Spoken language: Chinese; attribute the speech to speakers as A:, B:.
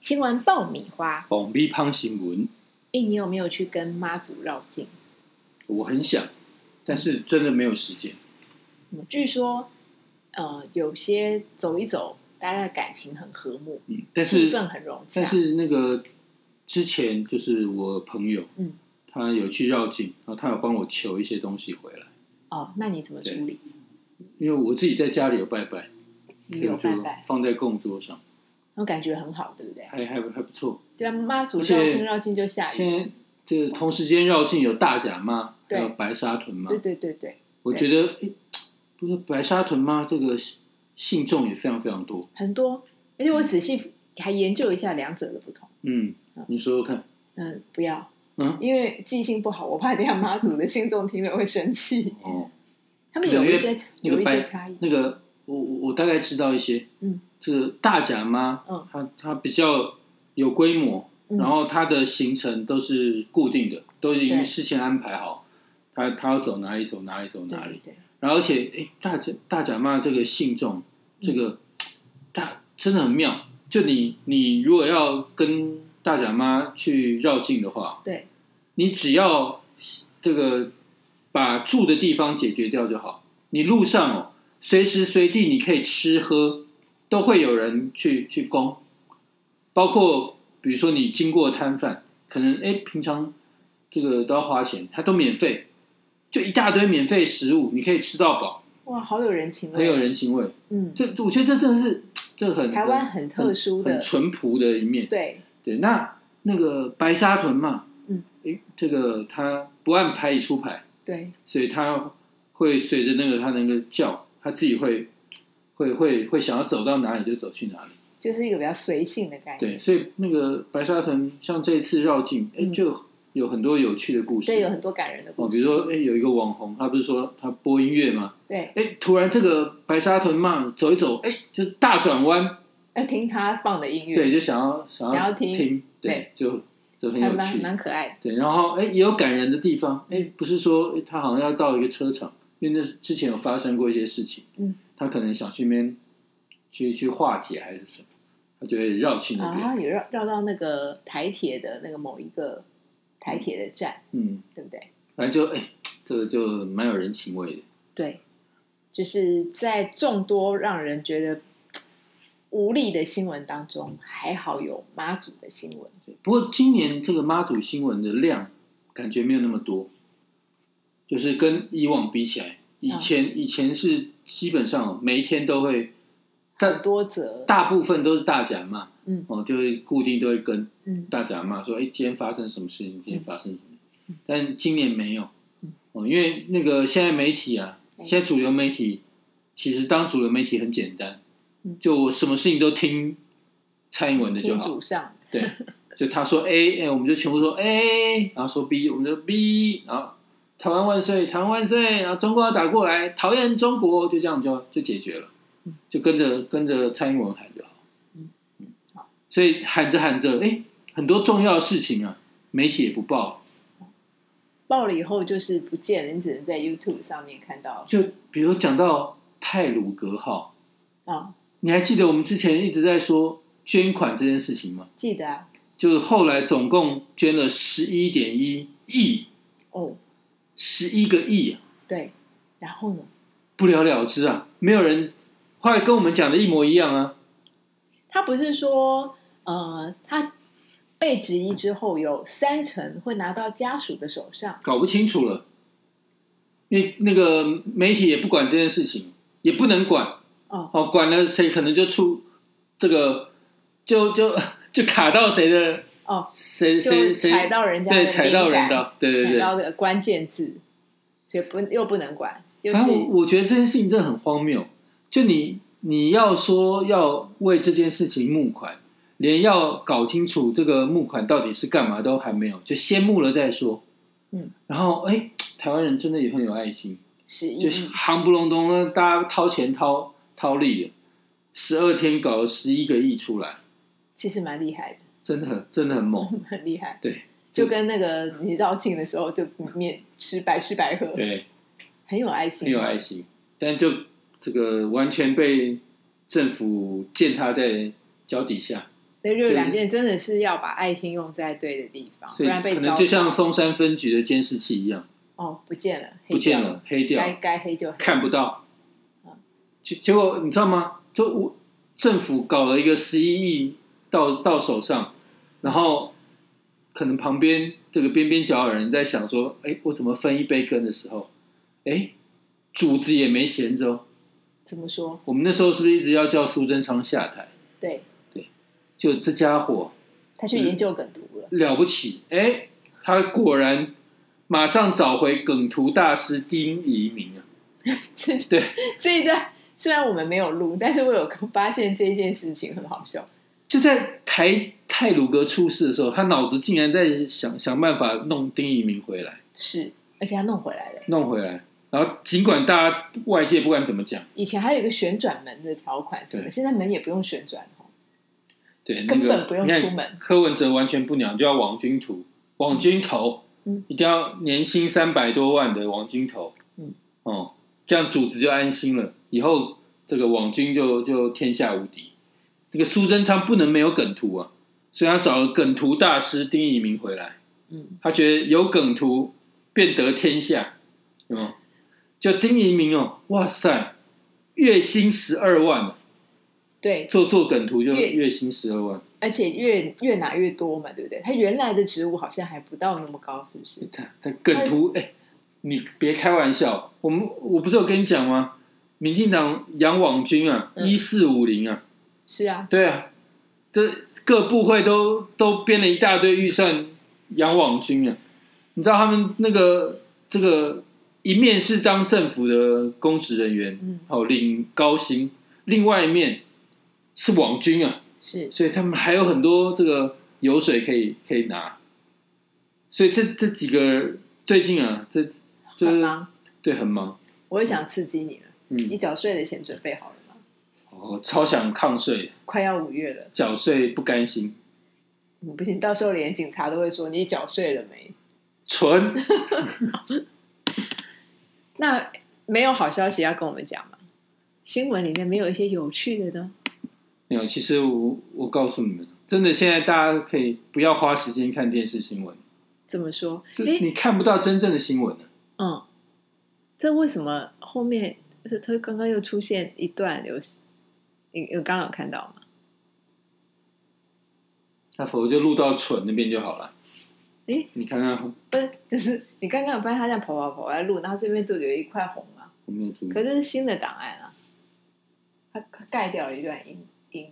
A: 先玩爆米花，
B: bomb 胖新闻，
A: 哎、你有没有去跟妈祖绕境？
B: 我很想，但是真的没有时间。
A: 嗯据说，呃，有些走一走，大家的感情很和睦，
B: 嗯，但
A: 气
B: 是
A: 氛很融洽。
B: 但是那个之前就是我朋友，
A: 嗯，
B: 他有去绕境，然后他有帮我求一些东西回来，
A: 哦，那你怎么处理？
B: 因为我自己在家里有拜拜，
A: 你有
B: 所
A: 拜
B: 以啊我就
A: 拜，
B: 放在供桌上，
A: 那感觉很好，对不对？
B: 还还还不错。
A: 对啊，妈祖
B: 而且
A: 绕境绕境就下
B: 现
A: 雨，
B: 在就是同时间绕境有大甲妈，还
A: 对
B: 有白沙屯妈
A: 对，对对对，
B: 我觉得诶不是白沙屯妈这个信众也非常非常多。
A: 很多。而且我仔细还研究一下两者的不同。
B: 嗯
A: 嗯，
B: 你说说看，
A: 嗯，不要，
B: 嗯，
A: 因为记性不好，我怕等一下妈祖的信众听了会生 气。
B: 哦，
A: 他们有一些
B: 那个
A: 有一
B: 白
A: 些差异，
B: 那个我我我大概知道一些，
A: 嗯，
B: 这个大甲妈，
A: 嗯，
B: 她她比较有规模，
A: 嗯
B: 然后她的行程都是固定的，都已经
A: 对
B: 事先安排好，她她要走哪里走哪里走
A: 对
B: 哪
A: 嗯对
B: 里，
A: 对，
B: 然后而且哎大甲大甲妈这个信众，这
A: 嗯
B: 个大真的很妙，就你你如果要跟大甲妈去绕境的话，
A: 对，
B: 你只要这个把住的地方解决掉就好。你路上哦，随时随地你可以吃喝，都会有人去去供，包括比如说你经过摊贩，可能哎平常这个都要花钱，他都免费，就一大堆免费食物，你可以吃到饱，
A: 哇，好有人情味，哦
B: 很有，人情味。
A: 嗯，
B: 这这我觉得这真的是这很
A: 台湾很特殊
B: 很
A: 的，
B: 淳朴的一面。
A: 对，
B: 对，那那个白沙屯嘛，
A: 嗯，
B: 诶，这个他不按牌理出牌，
A: 对，
B: 所以他会随着那个他那个叫，他自己会会会会想要走到哪里就走去哪里。
A: 就是一个比较随性的概
B: 对，
A: 念。
B: 所以那个白沙屯像这次绕境，诶，
A: 嗯
B: 就有很多有趣的故事。
A: 对，有很多感人的
B: 哦，
A: 故
B: 比如
A: 事。
B: 说，诶，有一个网红，他不是说他播音乐吗？
A: 对，
B: 诶，突然这个白沙屯嘛，走一走，诶，就大转弯，
A: 要哎听他放的音乐，
B: 对，就想要想
A: 嗯想
B: 要
A: 要听
B: 对，就就很
A: 还
B: 有
A: 蛮
B: 趣。
A: 蛮可爱的。
B: 对，然后哎，也有感人的地方，哎，不是说哎他好像要到一个车场，因为那之前有发生过一些事情，
A: 嗯，
B: 他可能想去那边去去化解还是什么，他就会绕去那边，
A: 啊，有绕绕到那个台铁的那个某一个台铁的站，
B: 嗯，
A: 对不对？
B: 反正就哎，这个就蛮有人情味的，
A: 对，就是在众多让人觉得无力的新闻当中，还好有妈祖的新闻。
B: 对不过今年这个妈祖新闻的量感觉没有那么多，就是跟以往比起来，
A: 嗯
B: 以前、以前是基本上每一天都会，但
A: 很多则，
B: 大部分都是大甲嘛，
A: 嗯
B: 哦，就会固定都会跟。
A: 嗯，
B: 大家嘛说，哎、今天发生什么事情？今天发生什么？但今年没有，哦，因为那个现在媒体啊，
A: 哎
B: 现在主流媒体，其实当主流媒体很简单
A: 嗯，
B: 就我什么事情都听蔡英文的就
A: 天
B: 好，
A: 主上，
B: 对，就他说 A，哎、我们就全部说 A，然后说 B，我们就 B，然后台湾万岁，台湾万岁，然后中国要打过来，讨厌中国，就这样就就解决了
A: 嗯，
B: 就跟着跟着蔡英文喊就好。
A: 嗯
B: 嗯
A: 好，
B: 所以喊着喊着，哎，很多重要的事情啊，媒体也不报，
A: 爆了以后就是不见了，你只能在 YouTube 上面看到
B: 就比如讲到泰鲁格号，
A: 啊、
B: 你还记得我们之前一直在说捐款这件事情吗？
A: 记得啊，
B: 就是后来总共捐了十一点一亿，
A: 哦，
B: 十一个亿啊。
A: 对，然后呢，
B: 不了了之啊，没有人后来跟我们讲的一模一样啊。
A: 他不是说呃，他被质疑之后有三成会拿到家属的手上，
B: 搞不清楚了，因为那个媒体也不管这件事情，也不能管
A: 哦
B: 哦，管了谁可能就出这个，就就就卡到谁的
A: 哦，
B: 谁谁
A: 就
B: 谁
A: 踩到人家的
B: 对踩到
A: 敏
B: 人
A: 感
B: 的，对对
A: 看
B: 对。
A: 到的关键字，所以不又不能管，又
B: 反
A: 是
B: 正我我觉得这件事情真的很荒谬，就你你要说要为这件事情募款，连要搞清楚这个募款到底是干嘛都还没有，就先募了再说。
A: 嗯，
B: 然后哎，台湾人真的也很有爱心，
A: 十一
B: 就是
A: 亿，
B: 行不隆咚的，大家掏钱掏掏力了，十二天搞了十一个亿出来，
A: 其实蛮厉 害
B: 真的很真的很猛。
A: 的，很厉害。
B: 对，
A: 就跟那个你绕境的时候就免吃白吃白喝，
B: 对，
A: 很有爱心，啊
B: 很有爱心，但就这个完全被政府践踏在脚底下。
A: 所以就两件真的是要把爱心用在对的地方，不
B: 所以
A: 然被
B: 可
A: 糟
B: 能
A: 蹋
B: 就像松山分局的监视器一样，
A: 哦不见了，黑
B: 不见
A: 掉，
B: 了，黑掉，
A: 该该黑就黑，
B: 看不到
A: 嗯。
B: 结结果你知道吗？就我政府搞了一个十一亿到到手上，然后可能旁边这个边边角角的人在想说：“哎，我怎么分一杯羹的时候，哎，主子也没闲着哦。
A: 怎么说？
B: 我们那时候是不是一直要叫苏贞昌下台？
A: 对
B: 就这家伙
A: 他
B: 嗯
A: 去研究梗图了，
B: 了不起，哎，他果然马上找回梗图大师丁怡明啊。
A: 这
B: 对，
A: 这一段虽然我们没有录，但是我有发现这件事情很好笑。
B: 就在台泰鲁格出事的时候，他脑子竟然在想想办法弄丁一明回来，
A: 是，而且他弄回来了。
B: 弄回来。然后尽管大家外界不管怎么讲，
A: 以前还有一个旋转门的条款什么的，
B: 对
A: 现在门也不用旋转哦。
B: 对那
A: 根
B: 个
A: 本不用
B: 你看
A: 出门
B: 柯文哲完全不鸟，就要网军图、网军头，
A: 嗯
B: 一定要年薪三百多万的网军头，
A: 嗯，
B: 哦，这样主子就安心了，以后这个网军就就天下无敌。这个苏贞昌不能没有梗图啊，所以他找了梗图大师丁一明回来。
A: 嗯，
B: 他觉得有梗图便得天下，有没有？就丁一鸣哦，哇塞，月薪十二万啊，
A: 对，
B: 做做梗图就
A: 月
B: 月薪十二万，
A: 而且越越拿越多嘛，对不对？他原来的职务好像还不到那么高，是不
B: 你
A: 是？
B: 看他梗图，哎、你别开玩笑，我们我不是有跟你讲吗？民进党杨网军啊，
A: 嗯
B: 一四五零啊，
A: 是啊，
B: 对啊，这各部会都都编了一大堆预算养网军啊。你知道他们那个这个一面是当政府的公职人员，
A: 嗯
B: 哦领高薪，另外一面是网军啊，
A: 是
B: 所以他们还有很多这个油水可以可以拿。所以这这几个最近啊，这这
A: 很忙。
B: 对很忙，
A: 我也想刺激你了，你
B: 嗯，
A: 缴税的钱准备好了吗？
B: 我超想抗税，
A: 快要五月了，
B: 缴税不甘心。
A: 嗯，不行，到时候连警察都会说你缴税了没。
B: 纯
A: 那没有好消息要跟我们讲吗？新闻里面没有一些有趣的呢？
B: 没有，其实我我告诉你们，真的，现在大家可以不要花时间看电视新闻，
A: 怎么说？
B: 就
A: 诶，
B: 你看不到真正的新闻啊了
A: 嗯，这为什么后面他他刚刚又出现一段有，你有刚刚有看到吗？
B: 那否则就录到蠢那边就好了。
A: 诶，
B: 你看看，
A: 不是，就是你刚刚有发现他这样跑跑跑在录，然后这边就有一块红啊，
B: 我没有注意
A: 可，是这是新的档案啊，他盖掉了一段音音，